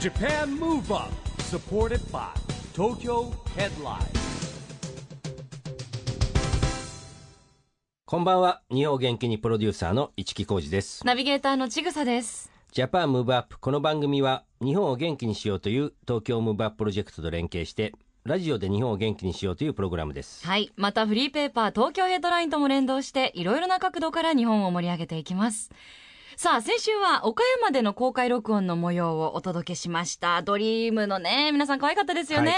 Japan Move Up supported by Tokyo Headline こんばんは日本を元気にプロデューサーの市木浩司ですナビゲーターのちぐさです。ジャパンムーブアップこの番組は日本を元気にしようという東京ムーブアッププロジェクトと連携してラジオで日本を元気にしようというプログラムですはい。またフリーペーパー東京ヘッドラインとも連動して、いろいろな角度から日本を盛り上げていきます。さあ、先週は岡山での公開録音の模様をお届けしました。ドリームのね、皆さん可愛かったですよね。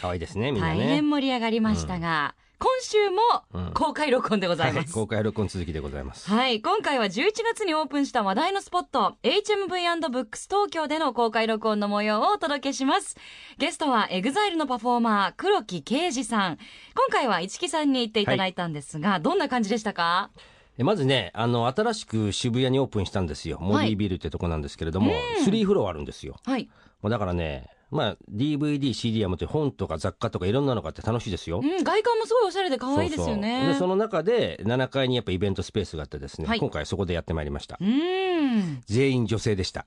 可愛いですねみんな大ね変盛り上がりましたが、今週うんも公開録音でございはまいす。公開録音続きでございますはい。今回は11月にオープンした話題のスポット、HMV&Books 東京での公開録音の模様をお届けします。ゲストは EXILE のパフォーマー、黒木啓司さん。今回は市木さんに行っていただいたんですが、どんな感じでしたかえまずねあの新しく渋谷にオープンしたんですよモはリいービルってとこなんですけれども、3フロアあるんですよはい。もうだからねまあ DVDCD やもって本とか雑貨とかいろんなのがあって楽しいですよ、うん、外観もすごいおしゃれで可愛いですよね。そうそうでその中で7階にやっぱイベントスペースがあってですね、はい今回そこでやってまいりましたうーん。全員女性でした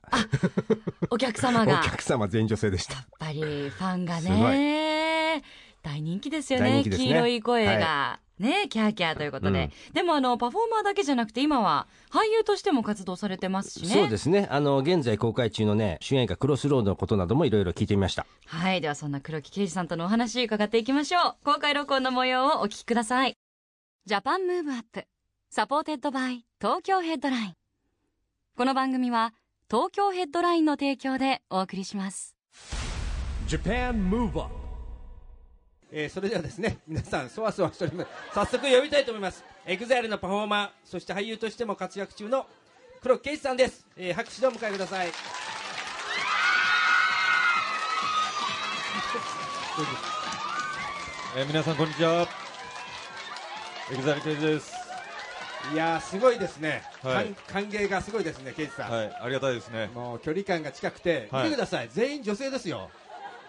お客様お が、やっ客様全員女性でしたぱりファンがすごね、大人気ですよ大人ね。気ですね黄色い声が。ね、キャーキャーということで、でもあのパフォーマーだけじゃなくて今は俳優としても活動されてますしねそうですねあの現在公開中のね主演歌「クロスロード」のことなどもいろいろ聞いてみましたはい。ではそんな黒木啓司さんとのお話伺っていきましょう。公開録音の模様をお聞きください。ジャパンムーブアップ。サポーテッドバイ東京ヘッドライン。この番組は東京ヘッドラインの提供でお送りします。 Japan Move Up えーそれではですね皆さんそわそわしております早速呼びたいと思います EXILE のパフォーマーそして俳優としても活躍中の黒木啓司さんです、えー拍手でお迎えくださいえー皆さんこんにちは。エグザイルケイジです。いやーすごいですね、はい歓歓迎がすごいですね啓司さん、はい、ありがたいですね。もう距離感が近くて、はい見てください全員女性ですよ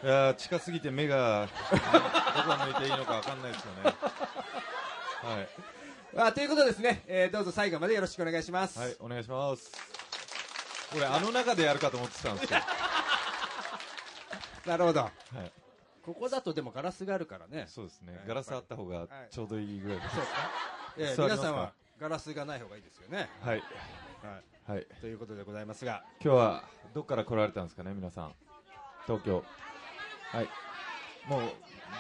いやー近すぎて目 がどこ向いていいのかわかんないですよね。はい、あということですね、えーどうぞ最後までよろしくお願いします、はい、お願いします。俺あの中でやるかと思ってたん ですけど。なるほどはい、ここだとでもガラスがあるからねそうですねはい。ガラスあった方がちょうどいいぐらいです。えー座り皆ますかさんはガラスがない方がいいですよね、はい、ははい。い、ということでございますが今日はどっから来られたんですかね、皆さん。東京。はい。もう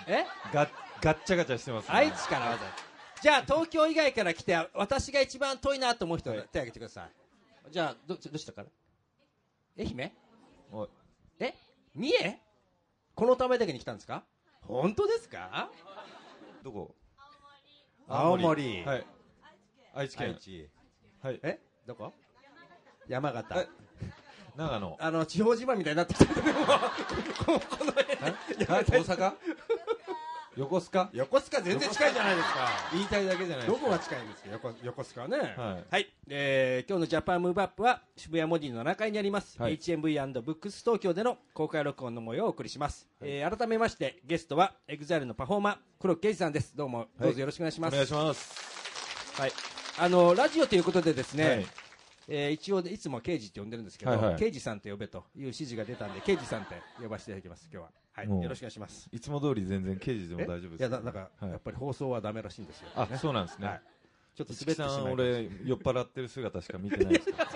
えガッガッチャガチャしてます、ね。愛知からわざわざじゃあ東京以外から来て私が一番遠いなと思う人手を挙げてください、じゃあどどうしたから愛媛おいえ三重このためだけに来たんですか本当ですかどこ？青森はい。愛知県。知はい。えどこ山形え長野。あの地方自慢みたいになって きたけどもうここの辺や めて阪横須賀横須賀全然近いじゃないですか言いたいだけじゃないでどすかこが近いんですか横横須賀ねは、はいえー今日のジャパンムーブアップは渋谷モディの7階にあります、はい HMV&BOOKS 東京での公開録音の模様をお送りします、えー改めましてゲストは EXILE のパフォーマー黒木啓司さんですどうもどうぞよろしくお願いしおます、願いしますはいあのラジオということでですね、はいえー一応いつも刑事って呼んでるんですけど、はいはい刑事さんって呼べという指示が出たんで刑事さんって呼ばせていただきます今日ははいもうよろしくお願いしますいつも通り全然刑事でもえ大丈夫ですいやだなんか、はいやっぱり放送はダメらしいんですよ、あねそうなんですね、はいちょっと一滑木ってしさまいましたん俺酔っ払ってる姿しか見てないで すから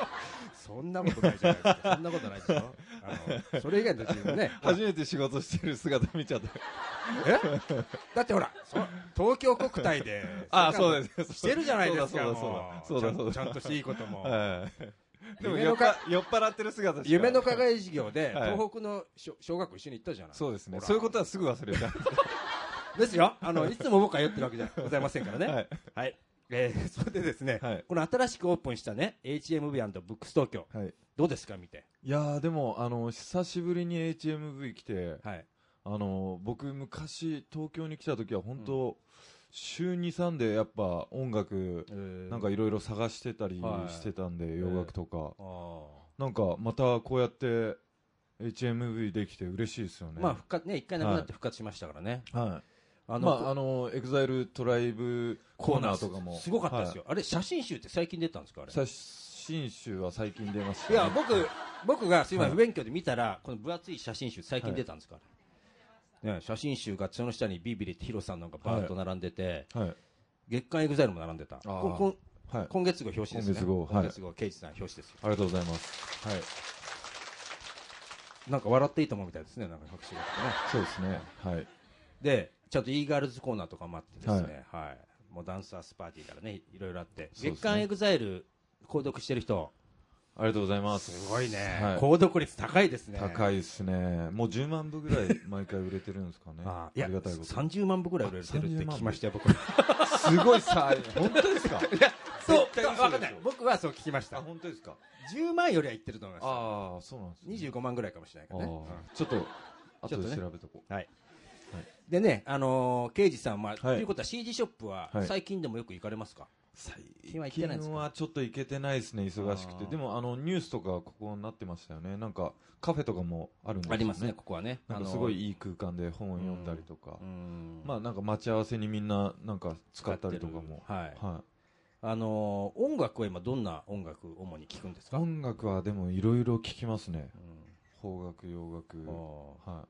そんなことないじゃないですか。そんなことないですよ。あの、それ以外の時も ね。初めて仕事してる姿見ちゃったえだってほら、そ東京国体で、 あそうですしてるじゃないですか。そうだそうだもそうだそうだそうだちゃんちゃんとしていいことも。はいでも夢酔のっかぱ酔っ払ってる姿しか夢の課外授業で、はい東北の小小学校一緒に行ったじゃないそうですねほらそういうことはすぐ忘れたですよ。あの、いつも僕は酔ってるわけじゃございませんからね。はいはい。えーそれでですね、はいこの新しくオープンしたね、HMV&BOOKS 東京、はいどうですか見て。いやーでもあの久しぶりに HMV 来てはい。あの僕、昔東京に来た時は本当、週23でやっぱ音楽なんかいろいろ探してたりはいしてたんで、洋楽とか、あーなんかまたこうやって HMV できて嬉しいですよね。まあ、復活ね、一回なくなって復活しましたからね。はいあまあ、あのエグザイルトライブコーナーとかもすごかったですよ、あれ写真集って最近出たんですかあはれい久し真集は最近出ました、いね、や僕僕がすいませんは不勉強で見たらこの分厚い写真集最近出たんですから、ね、写真集がその下にビビリってヒロさんなんかバーッと並んでて、はい月刊エグザイルも並んでたーここんはい、今月号表紙ですね今月号はい今月号ケイジさん表紙ですよありがとうございます、はい、なんか笑っていいと思うみたいですねなんか拍手があってねそうですね、はい、でちゃんと e ガールズコーナーとかもあってですね、はいもうダンサースパーティーからねいろいろあって、そうですね月刊エグザイル購読してる人ありがとうございます、すごいね、はい購読率高いですね高いいですね、もう10万部ぐらい毎回売れてるんですかね、 ああいやりがたいことに、 30万部ぐらい売れてるって30万部聞きましたよ僕すごい さ、本当ですか、そう絶対嘘ですよわかんない僕はそう聞きましあた本当ですか、 10万よりはいってると思いまああ、そうなんですすね、 25万ぐらいかもしれないからね、うんああちょっと後で調べとこう、はいはい。でね、あのー、刑事さん、まあ、はいということは CD ショップははい最近でもよく行かれますか、最近は行ってないんですか近はちょっと行けてないですね、忙しくあて、ーでもあのニュースとかここになってましたよね、なんかカフェとかもあるんですよね、ありますね、ここはね。なあんかのーすごいいい空間で本を読んだりとかう、んまあなんか待ち合わせにみんななんか使ったりとかも、はい。はあのー、音楽は今どんな音楽主に聞くんですい、か、うん音楽はでもいろいろ聞きますね、邦楽、洋楽、は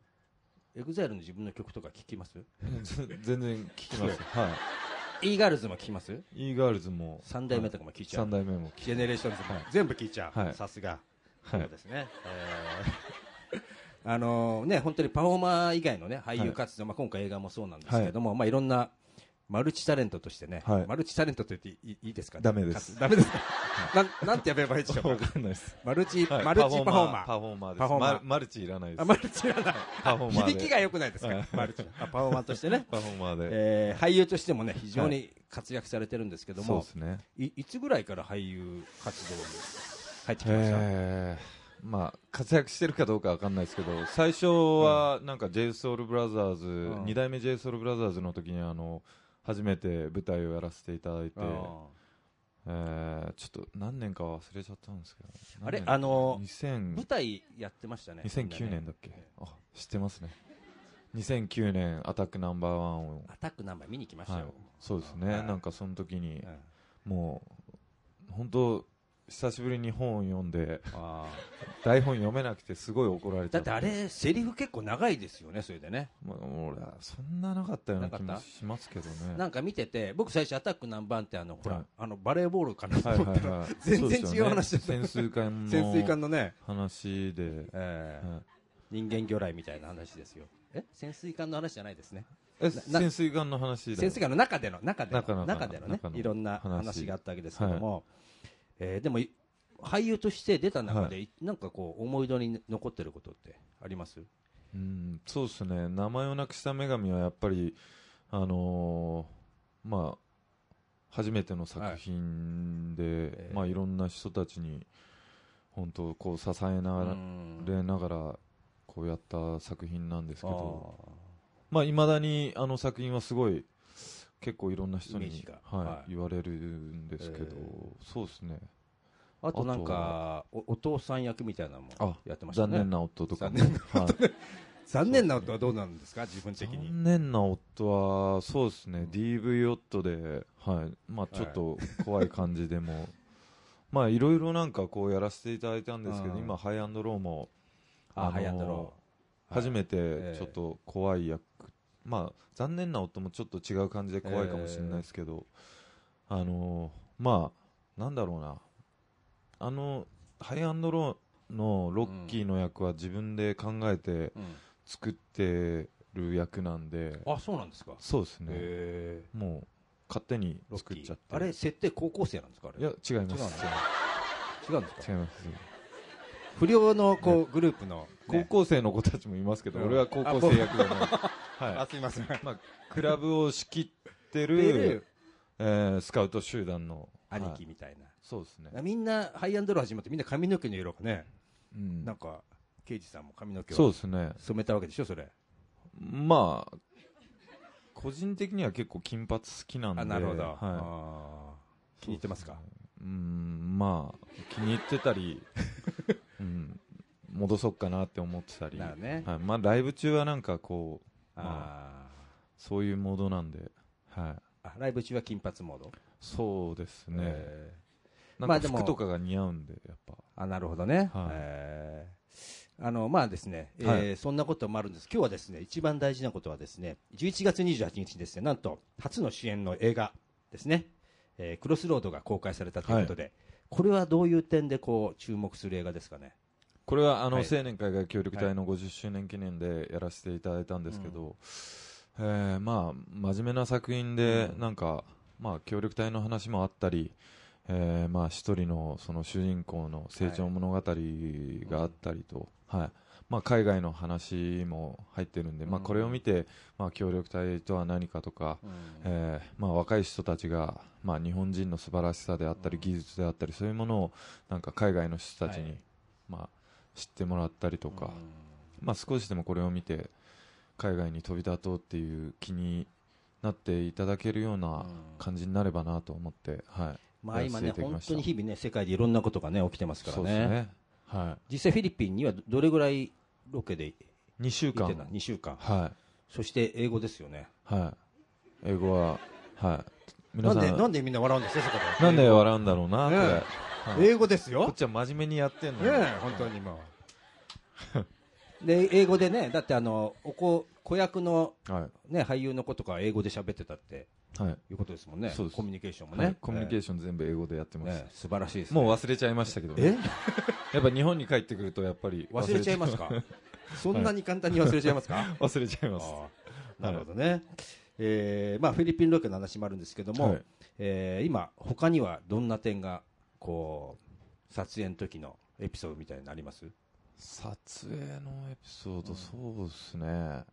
エグザイルの自分の曲とか聞きますい、 ぜ全然聞き ます、は ?e ガールズも聞きますい、e ガールズも ?3 代目とかも聞いちゃう。三代目も聞ジェネレーションズも、はい全部聞いちゃう。はいさすが。はいそうですね。えー あのね、本当にパフォーマー以外のね、俳優活動、まあ今回映画もそうなんですけども、い、まあいろんな、マルチタレントとしてね、はいマルチタレントと言っていいいいですか、ね、ダメですか。ダメです か。なん、なんてやべえばいいでしょわうか。かんないです。マルチ、はいマルチパフォーマー。パフォーマーでパすフォーマーマルマルチいらないであすマルチじゃない。パフォーマーで響きが良くないですか、はい。マルチ。あパフォーマーとしてねパフォーマーで、 えー俳優としてもね、非常に活躍されてるんですけどそうもで、すねい、いつぐらいから俳優活動に入ってきました、えーまあ活躍してるかどうかわかんないですけど最初はなんか j s o u l b r o t h e r s ん2代目 j s o u l b r o t h e r s の時にあの初めて舞台をやらせていただいて、あえーちょっと何年か忘れちゃったんですけどあれ何年だっけあのー2000舞台やってましたね。 2009年だっけあ知ってますね2009年アタックナンバーワンをアタック何枚見に来ましたはいよ。、そうですね、はいなんかその時にうんもう本当久しぶりに本を読んであ台本読めなくてすごい怒られーちゃだっっててあれ、セリフ結構長いですよね、それでね。まあ、俺はそんななかったような気なかもったしますけどねなんか見てて、僕最初アタック何番ってあの、ほはらい、あの、バレーボールかなとはい思はっいたらはい、全然そうですよね違う話だった潜 水艦の潜水艦のね、話で、えーはい人間魚雷みたいな話ですよ。え潜水艦の話じゃないですね。えな潜水艦の話だ潜水艦の中での、中で中の、の中でのね中、のいろんな話話があったわけですけども、えーでも、い俳優として出た中で、なんかこう、思い出に残ってることってありますうんそうですね名前をなくした女神はやっぱりあのーまあ初めての作品で、ええまあいろんな人たちに本当こう支えながら、うんれながらこうやった作品なんですけどあーまあいまだにあの作品はすごい結構いろんな人イメージにが、はいはい言われるんですけど、えそうですねあとなんかお、お父さん役みたいなのもあやってましたね。残念な夫とかも残念はい残念な夫はどうなんですか、自分的に。残念な夫はそうですね、DV 夫で、はいまあ、ちょっと怖い感じでも、 まあいろいろなんかこうやらせていただいたんですけうどん今ハイアンドローも、あ、あのーハイアンドロー。初めえてえちょっと怖い役、まあ残念な夫もちょっと違う感じで怖いかもしれないですけど、あのーまあなんだろうなあのハイアンドローのロッキーの役は自分で考えてはい作ってる役なんで、うんあ、そうなんですか。そうですね、へーもう勝手にロッ作キっちゃーって。あれ、設定高校生なんですか、あいれ。や違いま違うのす違うんですか。違います不良のこうグループの。高校生の子たちもいますけど、うん俺は高校生役だないはすいません。いまあクラブを仕切って出るる、えースカウト集団の兄は貴いみたいな。そうですね、みんな、ハイアンドロー始まって、みんな髪の毛の色がね、うんなんか、刑事さんも髪の毛そうをですね染めたわけでしょ、それ。まあ個人的には結構金髪好きなんであ、なるほど。はあーい、気に入ってますかそうでねうんまあ気に入って たり、うん、戻そうかなって思ってたり、なるねはい、まあライブ中はなんかこうあそういうモードなんで、はい、ーあライブ中は金髪モードそうですね、えなんまかあでも服とかが似合うんで、やっぱ。あなるほどね、はいえーあのまあですね、えーはそんなこともあるんです今日はですね一番大事なことはですね11月28日にですねなんと初の主演の映画ですね、えークロスロードが公開されたということで、これはどういう点でこう注目する映画ですかねこれはあの、はい青年海外協力隊の50周年記念でやらせていただいたんですけど、えーまあ真面目な作品で、うんなんかまあ協力隊の話もあったり、えーまあ一人のその主人公の成長物語があったりと、はい。まあ海外の話も入ってるんで、まあうんこれを見て、まあ協力隊とは何かとか、えーまあ若い人たちが、まあ日本人の素晴らしさであったり技術であったりそういうものをなんか海外の人たちに、はいまあ知ってもらったりとか、うまあ、少しでもこれを見て海外に飛び立とうっていう気になっていただけるようなん感じになればなと思って、はい、まあ今ねやらせていただき本ました当に日々ね世界でいろんなことがね起きてますからそうねですね、は実際フィリピンにはどれぐらいロケで行い、2週って間んの2週間はそして英語ですよねい、はい、英語は、はい、な皆んさんでなんでみんな笑うんですかそこでなんで笑うんだろうな、ねえこれ、はい英語ですこよっちは真面目にやってんのに、ねえ本当にもう で英語でねだってあのお子子役の、はね、俳優の子とか英語で喋ってたっていはいいうことですもんねそうですコミュニケーションもね、はい、コミュニケーシション全部英語でやってます、ね素晴らしいです、ね、もう忘れちゃいましたけど、ね、えやっぱ日本に帰ってくるとやっぱり忘れちゃいますかそんなに簡単に忘れちゃいますか、忘れち ゃいますああなるほどね、えーまあ、フィリピンロケの話もあるんですけども、はいえー今、他にはどんな点がこう撮影の時のエピソードみたいになります撮影のエピソード、そうですね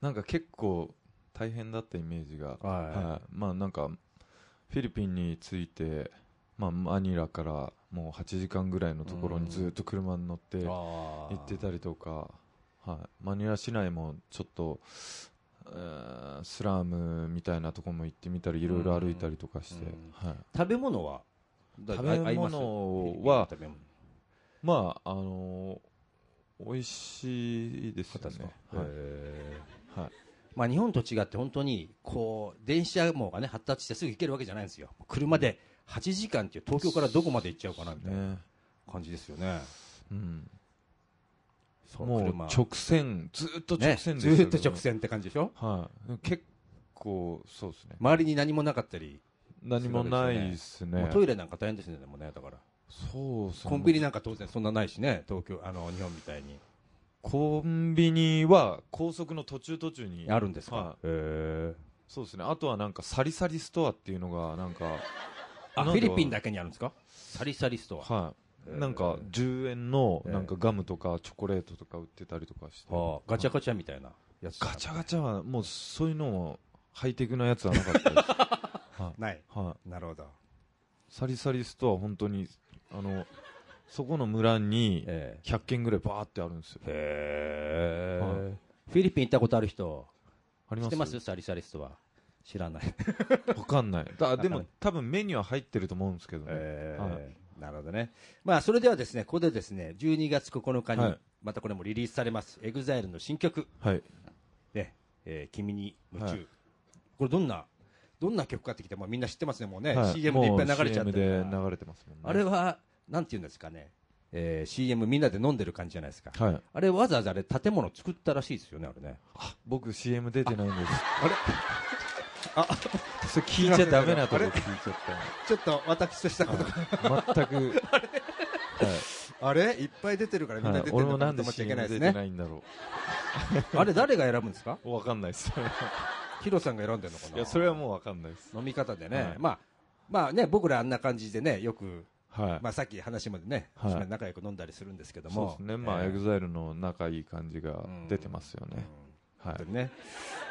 なんか結構大変だったイメージが、はいまあなんかフィリピンに着いて、まあ、マニラからもう8時間ぐらいのところにずっと車に乗って行行ってたりとか、はい、マニラ市内もちょっと、えースラムみたいなとこも行ってみたりいろいろ歩いたりとかして、うんはい、食べ物はだ食べ合います物はフィリピンの食べ物まああのー美味しいですよねはいへーはいまあ、日本と違って本当にこう電車網が、ね、発達してすぐ行けるわけじゃないんですよ車で8時間っていう東京からどこまで行っちゃうかなみたいなね感じですよね。うん、そうもう車直線ずーっと直線ね、でずすよーっと直、線って感じでしょはい、でも結構そうですね、周りに何もなかったり、何もないですねもうトイレなんか大変ですねでもねだからそうですねコンビニなんか当然そんなないしね東京あの日本みたいにコンビニは高速の途中途中にあるんですはかい、へーそうですねあとはなんかサリサリストアっていうのがなんかあなフんィでリピンだけにあるんですかサリサリストははい、へーなんか10円のえーなんかガムとかチョコレートとか売ってたりとかして、ああガチャガチャみたいなやつガチャガチャはもうそういうのもハイテクなやつはな かったです、ないはい、なるほどサリサリストア本当に あのそこの村にえ100軒ぐらいバーってあるんですよえへえ、はフィリピン行ったことある人あり知っまてすますサリサリストは知らないへわ かんないだではもい多分メニューは入ってると思うんですけどね、 えはなるほどねまあそれではですねここでですね12月9日はにいまたこれもリリースされます、エグザイルの新曲はいね、えー君に夢中、はいこれどんなどんな曲かってきて、まあ、みんな知ってますねもうね、はい CM でいっぱい流れちゃっもうて CM でるから流れてますもんねあれはなんて言うんですかね、えー CM みんなで飲んでる感じじゃないですか、はいあれわざわざあれ建物作ったらしいですよねあれね僕 CM 出てないんですあれあそれ聞いちゃダメなとこ聞いちゃちょっと私としたことがった 全くあれいっぱい出てるからみんはない出てる俺のもかななんとで思っちゃい CM けない出ですねてないんだろあれ誰が選ぶんですかうわかんないです ヒロさんが選んでるのかないいやそれはもうわかんないです飲み方でね、はいまあまあね僕らあんな感じでねよくはい、まあ、さっき話までね、はい一緒に仲良く飲んだりするんですけどそうも、ですねまあ、えエーグザイルの仲いい感じが出てますよね、は本い当にね、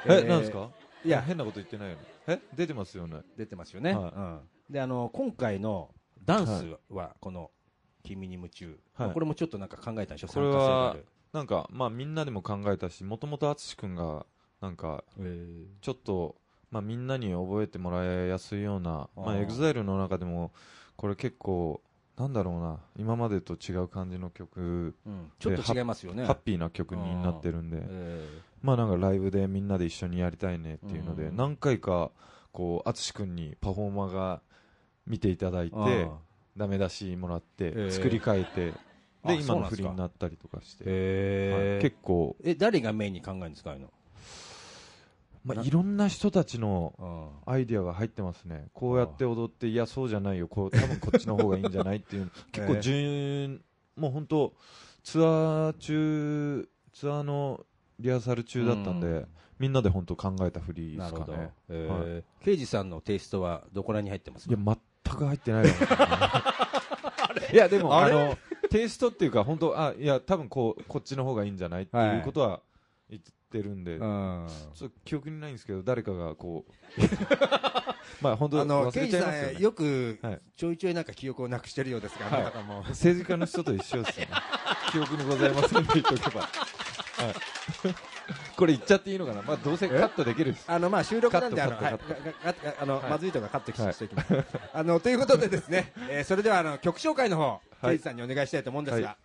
え、ーなんですかいいやや、変なこと言ってないよね。え出てますよね。出てますよね、はいうん、であの今回のダンスはこの「君に夢中」はいこれもちょっとなんか考えたんでしょこれは参加なんか、まあみんなでも考えたし、もともと淳君が、なんか、性があるちょっと、まあみんなに覚えてもらいやすいような、あまあーエグザイルの中でも、これ結構、なんだろうな、今までと違う感じの曲、うんちょっと違いますよねハッピーな曲になってるんで、えまあなんかライブでみんなで一緒にやりたいねっていうので、うん何回か、こう、淳君にパフォーマーが、見ていただいてあダメ出しもらって、え作り変えてあで今そうのなんで振すかりになったりとかして、へはいえ結構、え誰がメインに考えるんですかああいうのまなあ、いろんな人たちのあアイディアが入ってますねこうやって踊っていやそうじゃないよこう多分こっちの方がいいんじゃな いっていう結構順、もう本当ツアー中ツアーのリハーサル中だったんで、うんみんなで本当考えた振りでなするかほど、ねえーは刑事さんのテイストはどこらに入ってますいかや全く入ってない わいやでもあのテイストっていうか本当あいや多分こうこっちの方がいいんじゃないっていうことは言ってるんで、うんちょっと記憶にないんですけど誰かがこ うまあ本当あの忘刑れちゃ事いまさすよ、ねん、よくはいちょいちょいなんか記憶をなくしてるようですが、あなたも政治家の人と一緒ですね記憶にございませんって言っとけば、はい、 これ言っちゃっていいのかな、まあ、どうせカットできるですあのまあ収録なんで、あカのットはいカがットががあのはいまずいとかカットしておきます。あのということで、です ねえーそれではあの曲紹介の方、い刑事さんにお願いしたいと思うんですが、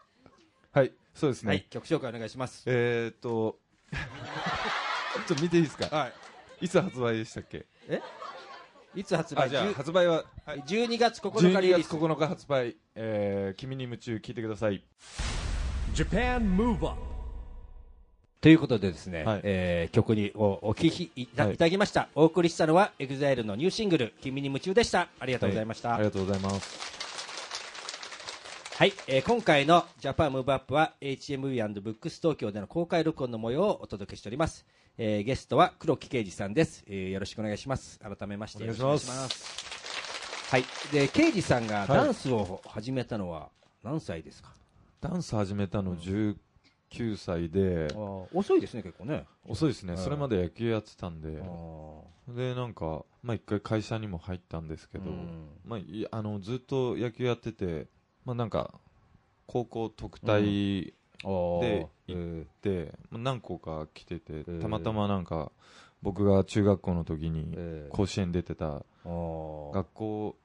はいそうですね、はい曲紹介お願いします。えーっ とちょっと見ていいですかはいつ発売でしたっけい、いつ発あ売じゃあ発売は、はい、 ?12 月9日リリ12ー月ス。 9日発売、えー君に夢中」聞いてください Japan Move Up ということでですね、はいえー曲におお聴きいた,、はいい、ただきました。お送りしたのは EXILE のニューシングル「君に夢中」でした。ありがとうございました。ありがとうございますはい、えー今回のジャパンムーブアップは HMV& ブックス東京での公開録音の模様をお届けしております、えーゲストは黒木啓司さんです、えーよろしくお願いします改めましてお願いしますよろくお願いしますはいで啓司さんがいダンスを始めたのは何歳ですか、ダンス始めたの19歳であー遅いですね結構ね遅いですね、はいそれまで野球やってたんで、あでなんか、まあ、一回会社にも入ったんですけーど、うんまあ、いあのずっと野球やってて、まあ、なんか高校特待あーでえーで、まあ何校か来てて、ーたまたまなんか僕が中学校の時にえー甲子園出てたあー学校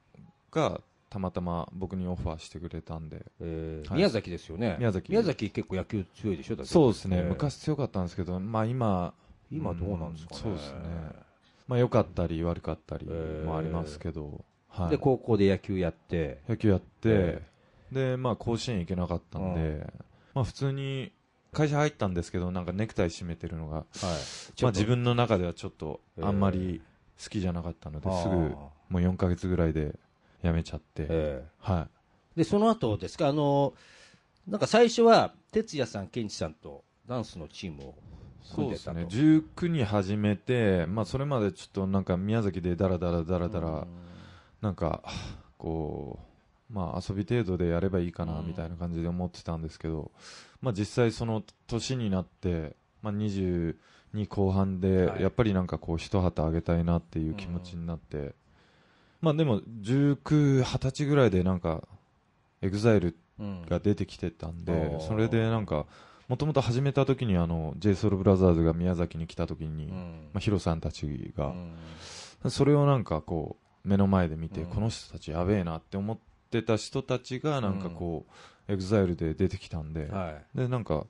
がたまたま僕にオファーしてくれたんでえーはい宮崎ですよね宮崎宮崎結構野球強いでしょだってそうですね、えー昔強かったんですけど、まあ、今今どうなんですかね、うんそうですねまあ、良かったり悪かったりもありますけど、はい、で高校で野球やって、野球やって、えでまあ甲子園行けなかったんで、まあ普通に会社入ったんですけどなんかネクタイ締めてるのがまあ自分の中ではちょっとあんまり好きじゃなかったので、あーすぐもう4ヶ月ぐらいで辞めちゃって、えはえでその後ですかあのなんか最初は哲也さん健二さんとダンスのチームをい組そんうででたすとね19に始めて、まあ、それまでちょっとなんか宮崎でダラダラダラダラなんかこうまあ遊び程度でやればいいかなみたいな感じで思ってたんですけど、まあ実際その年になって、まあ、22後半ではいやっぱりなんかこう一旗あげたいなっていう気持ちになって、まあでも19、20歳ぐらいでなんかエグザイルうんが出てきてたんで、うんそれでなんかもともと始めた時にあの JSOULBROTHERS が宮崎に来た時に、うんまあ、ヒロさんたちが、うんそれをなんかこう目の前で見て、うんこの人たちやべえなって思ってた人たちがなんかこう、エグザイルで出てきたんで、はでなんか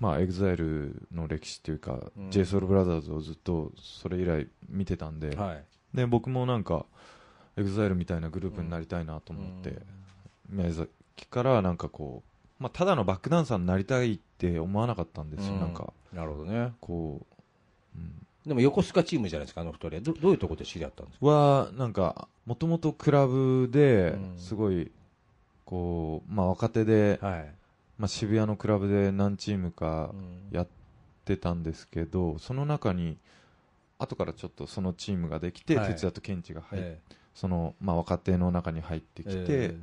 まあエグザイルの歴史っていうか、うん JSOULBROTHERS をずっとそれ以来見てたんで、いはいで僕もなんかエグザイルみたいなグループになりたいなと思って、宮崎からなんかこう、まあ、ただのバックダンサーになりたいって思わなかったんですよ、うんなんかなるほどねこう、うん、でも横須賀チームじゃないですかあの二人はどどういうところで知り合ったんですかはなんかもともとクラブでうんすごいこう、まあ、若手で、はい、まあ、渋谷のクラブで何チームかうんやってたんですけどその中に後からちょっとそのチームができて、はい哲也とケンチが入って、えその、まあ、若手の中に入ってえきて、え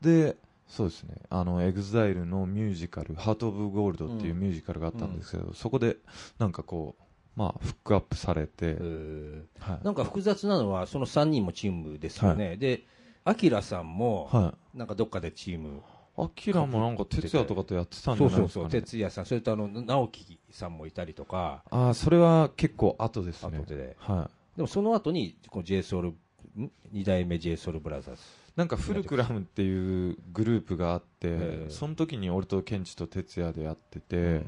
でそうですねあの EXILE のミュージカル「ハート・オブ・ゴールド」っていううんミュージカルがあったんですけど、そこでなんかこう、まあ、フックアップされて、ええはいえなんか複雑なのはその三人もチームですよね、でアキラさんも、はいなんかどっかでチームアキラもなんか哲也とかとやってたんじそゃうないそでうすそかう、ね。哲也さん、それとあの直樹さんもいたりとか、ああ、それは結構後ですね。後ではでもその後にこの JSOUL、2代目 JSOULBROTHERS、い。なんかフルクラムっていうグループがあってえ、その時に俺とケンチと哲也でやってうてん、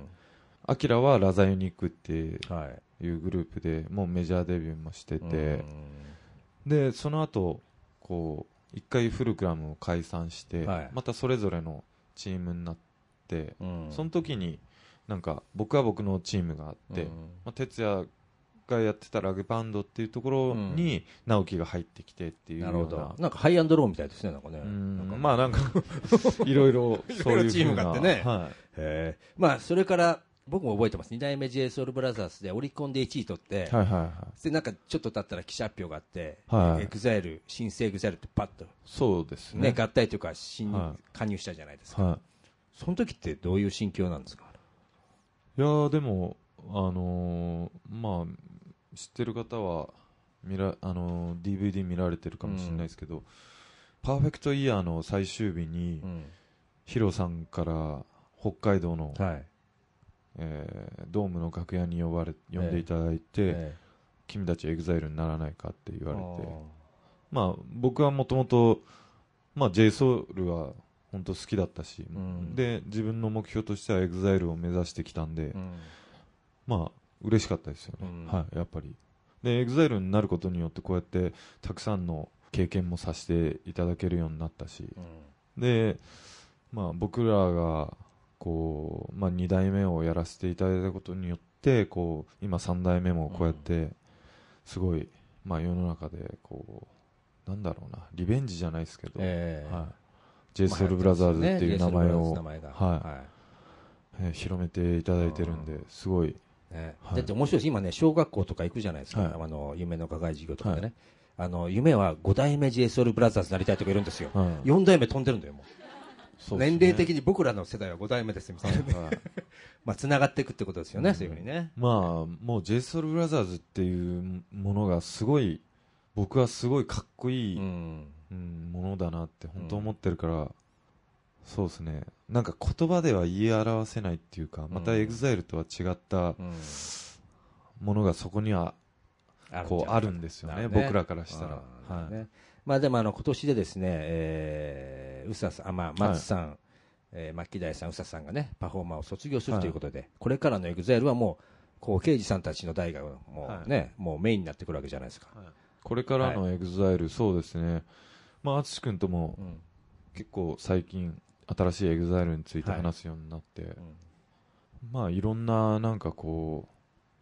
アキラはラザユニックっていはうグループでもうメジャーデビューもしてい、てう、んで、その後、こう一回フルクラムを解散して、はいまたそれぞれのチームになって、うんその時になんか僕は僕のチームがあって、まあ、哲也がやってたラグバンドっていうところに直樹が入ってきてっていうなようるな,、ほど。なんかハイアンドローみたいですね、なんかね。うんなんかま あなんかいろいろそういいろういろチームがあってねふうなはいへえまあ、それから、僕も覚えてます。二代目 JSOULBROTHERS でオリコンで1位取って、はいはいはいで、なんかちょっと経ったら記者発表があって、はいエグザイル、新生エグザイルってパッと、そうですね、ね合体というか、新入、はい加入したじゃないですか。はその時ってどういう心境なんですかい、いやーでもあのーまあ知ってる方は見ら、あのー DVD 見られてるかもしれないですけど、パーフェクトイヤーの最終日に、ヒロさんから北海道の、はい。えードームの楽屋に呼ばれ呼んでいただいて、え君たちエグザイルにならないかって言えわれてまあ僕はもともと JSOUL は本当好きだったし、んで自分の目標としてはエグザイルを目指してきたんで、うんまあ嬉しかったですよね、うんはい、やっぱりでエグザイルになることによってこうやってたくさんの経験もさせていただけるようになったし、で、まあ、僕らがこう、まあ、2代目をやらせていただいたことによってこう今3代目もこうやってすごい、まあ、世の中でこうなんだろうなリベンジじゃないですけど、ええはい、j s o u l b r o t h e r っていう名前を、まあ流行ってますよね JSOULBROTHERS 名前がはいえー広めていただいてるんですごい、ねはいだって面白いし、今ね、小学校とか行くじゃないですか、はいあの夢の課外授業とかでね、あの夢は5代目 JSOULBROTHERS になりたいとかいるんですよ、はい4代目飛んでるんだよ、もう、そうですね年齢的に僕らの世代は5代目ですみた いなね、はいまあつながっていくってことですよね、そういうふうにね。まあもう j s o u l b r o t h e r っていうものがすごい僕はすごいかっこいい、うんうん、ものだなって本当思ってるから、そうですねなんか言葉では言い表せないっていうかまたうんエグザイルとは違ったうんものがそこにはあるんじゃないこうあるんですよね僕らからしたら、あーはいねまあでもあの今年でですね、えー、うささん、あまあ、松さん、えー、牧大さん、うささんがね、パフォーマーを卒業するということで、これからのエグザイルはもう、こう、刑事さんたちの代がもうね、もうメインになってくるわけじゃないですか。これからのエグザイル、そうですねまあ淳君ともうん結構最近新しいエグザイルについてはい話すようになって、まあいろんななんかこ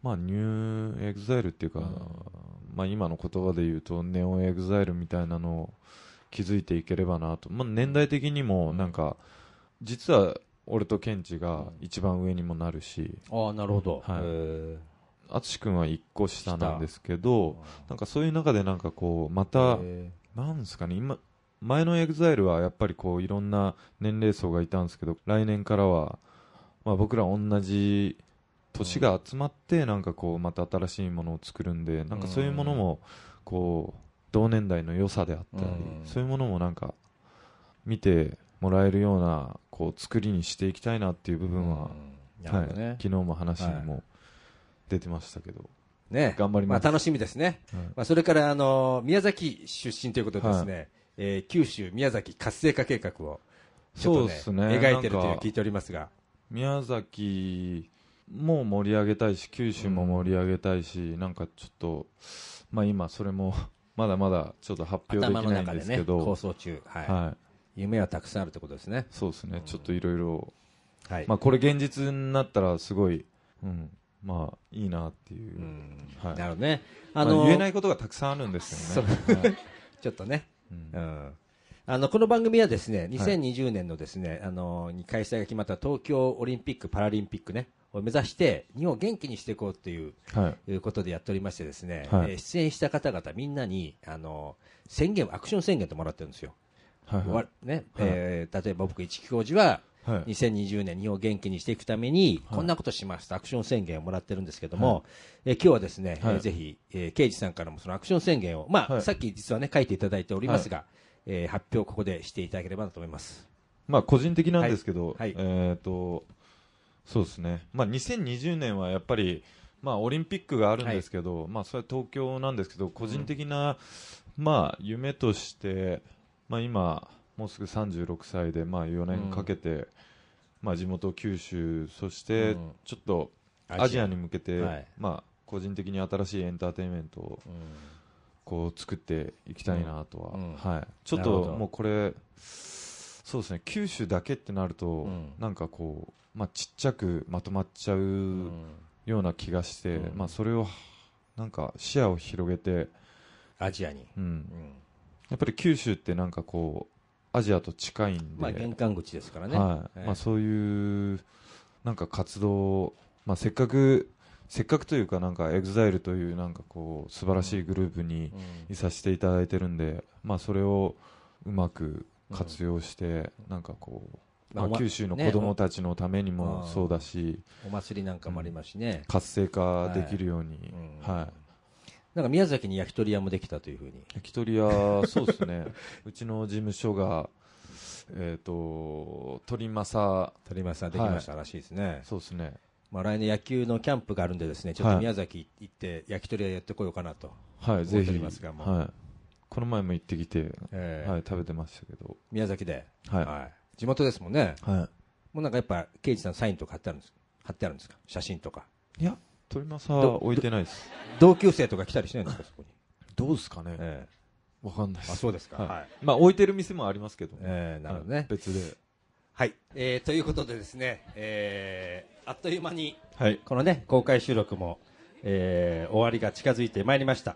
うまあニューエグザイルっていうか、うんまあ今の言葉で言うとネオンエグザイルみたいなのを築いていければなと、まあ、年代的にもなんか実は俺とケンチが一番上にもなるしああ、なるほど。はいえー淳君は一個下なんですけどなんかそういう中でなんかこうまたえなんですかね今前のエグザイルはやっぱりこういろんな年齢層がいたんですけど来年からは、まあ、僕ら同じ年が集まってなんかこうまた新しいものを作るんでなんかそういうものもこう同年代の良さであったりうんそういうものもなんか見てもらえるようなこう作りにしていきたいなっていう部ー分は、うんなはるい、ほどね昨日も話にも出てましたけど、ね頑張りまあ、す楽しみですね、はいまあ、それから、あの宮崎出身ということでですね、えー九州宮崎活性化計画をちょっと、そうねですね描いてるといなうんか聞いておりますが、宮崎も盛り上げたいし九州も盛り上げたいし、なんかちょっと、まあ、今それも まだまだちょっと発表でき頭のないん中でですけね、ど、構想中、はいはい、夢はたくさんあるということですね、そうですね、ちょっといろいろはいまあこれ現実になったらすごい、うん、まあいいなっていう、うんはいなるほどね、まああの言えないことがたくさんあるんですよねそうちょっとね、ううんんあのこの番組はですね2020年のですね、あのに開催が決まった東京オリンピック・パラリンピックねを目指して日本を元気にしていこうというはいということでやっておりましてですね、はいえー出演した方々みんなにあの宣言アクション宣言ともらってるんですよ、はいはわねえー例えば僕、一木教授ははい2020年、日本を元気にしていくために、はいこんなことしますとアクション宣言をもらってるんですけども、えー今日はですね、はいえーぜひ、えー刑事さんからもそのアクション宣言を、まあはいさっき実は、ね、書いていただいておりますが、えー発表をここでしていただければなと思います。まあ個人的なんですけど、はいはいえっ、と、そうですね。まあ2020年はやっぱり、まあオリンピックがあるんですけど、まあそれは東京なんですけど、個人的な、まあ夢として、まあ今、もうすぐ36歳で、まあ4年かけて、まあ地元九州、そしてうんちょっとアジアアジアに向けて、はいまあ個人的に新しいエンターテインメントを、こう作っていきたいなとは、うんうんはい、ちょっなるほとどもうこれそうですね九州だけってなると、んなんかこう、まあ、ちっちゃくまとまっちゃうような気がして、うんまあ、それをなんか視野を広げて、アジアに、うんう、んやっぱり九州ってなんかこうアジアと近いんで、まあ、玄関口ですからね、はいええまあ、そういうなんか活動を、まあ、せっかくせっかくというかなんかエグザイルというなんかこう素晴らしいグループにいさせていただいてるんで、まあ、それをうまく活用して、なんかこう、まあまあ、九州の子供たちのためにもねそうだし、お祭りなんかもありますしね、活性化できるように、うんはい、なんか宮崎に焼き鳥屋もできたというふうに、焼き鳥屋、そうです ね、うちの事務所が、えっ、と、鳥政、鳥山さんできましたらしいですね、そうですね、まあ、来年野球のキャンプがあるんで、ですねちょっはとい宮崎行って、焼き鳥屋やってこようかなと、はい、ぜ思っておひ、りますがもうはい、この前も行ってきて、えーはい、食べてましたけど、宮崎で、はいい地元ですもんね、はもうなんかやっぱ、刑事さん、サインとか貼ってあるんです貼ってあるんですか、写真とか、い、いや、鳥政は置いてないです。同級生とか来たりしないんです か、そこに。どうですかねえわかんないえあそうですか、はいはいまあ、置いてる店もありますけど、ええなるほどはいね。別で。はい、えーということでですね、えーあっという間にはい。このね公開収録も、えー終わりが近づいてまいりました、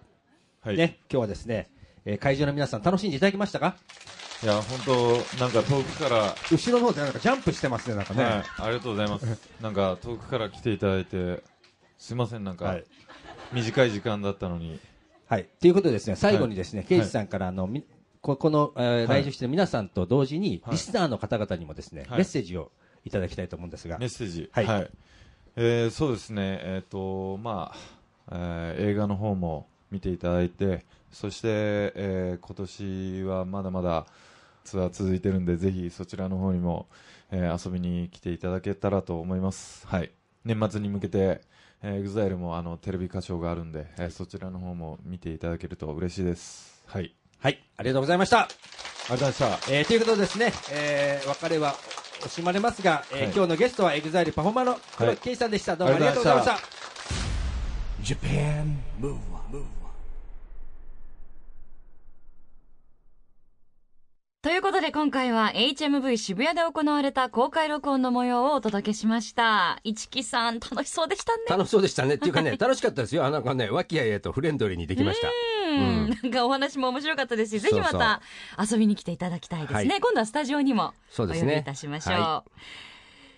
はい。ね、今日はですね、えー会場の皆さん楽しんでいただきましたかいや、本当なんか遠くから、後ろの方でなんかジャンプしてますねなんかね、はい、ありがとうござい ます。なんか遠くから来ていただいて、すいません、なんか、はい短い時間だったのに。はい、ということでですね、最後にですね、はい刑事さんからあの、みここの、えーはい来場している皆さんと同時に、はいリスナーの方々にもですね、はメいッセージをいただきたいと思うんですが、メッセージ、ははいいえーそうですね、えーとまあえー映画の方も見ていただいて、そして、えー今年はまだまだツアー続いてるんで、ぜひそちらの方にも、えー遊びに来ていただけたらと思います。はい、年末に向けて、えー、EXILE もあのテレビ歌唱があるんで、えーそちらの方も見ていただけると嬉しいです。はい、はい、ありがとうございました。ありがとうございました。えーということでですね、えー別れは惜しまれますが、えーはい今日のゲストは EXILE パフォーマーの黒はい木圭司さんでした。どうもありがとうございましありがとうございたま。 Japan Move Up, Move Up. ということで今回は HMV 渋谷で行われた公開録音の模様をお届けしました。市木さん楽しそうでしたね。楽しそうでしたね。っていうか ね、楽しかったですよ。あなんかね、和気あいあいとフレンドリーにできました。うん、なんかお話も面白かったですし、ぜひまた遊びに来ていただきたいですね。はい今度はスタジオにもそおうで呼すねびいたしましょう。は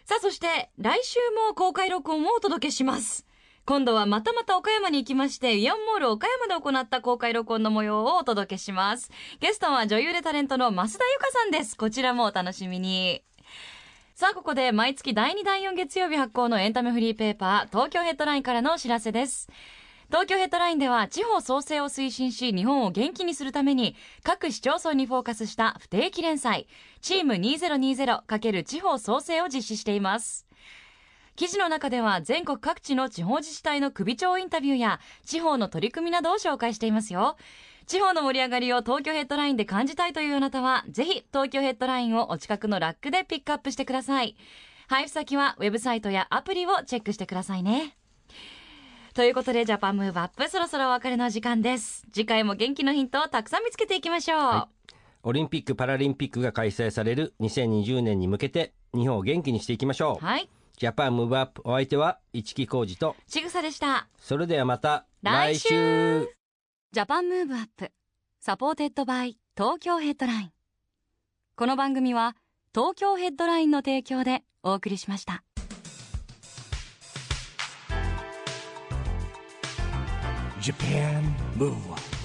さあ、そして来週も公開録音をお届けします。今度はまたまた岡山に行きまして、イオンモール岡山で行った公開録音の模様をお届けします。ゲストは女優でタレントの増田由香さんです。こちらもお楽しみに。さあ、ここで毎月第2第4月曜日発行のエンタメフリーペーパー、東京ヘッドラインからのお知らせです。東京ヘッドラインでは地方創生を推進し日本を元気にするために各市町村にフォーカスした不定期連載チーム 2020× 地方創生を実施しています記事の中では全国各地の地方自治体の首長インタビューや地方の取り組みなどを紹介していますよ地方の盛り上がりを東京ヘッドラインで感じたいというあなたはぜひ東京ヘッドラインをお近くのラックでピックアップしてください配布先はウェブサイトやアプリをチェックしてくださいねということで、ジャパンムーブアップ、そろそろお別れの時間です。次回も元気のヒントをたくさん見つけていきましょう。オリンピック・パラリンピックが開催される2020年に向けて、日本を元気にしていきましょう。はい。ジャパンムーブアップお相手は、市木浩二と、ちぐさでした。それではまた来週ジャパンムーブアップ、サポーテッドバイ東京ヘッドライン。この番組は、東京ヘッドラインの提供でお送りしました。 Japan Move Up.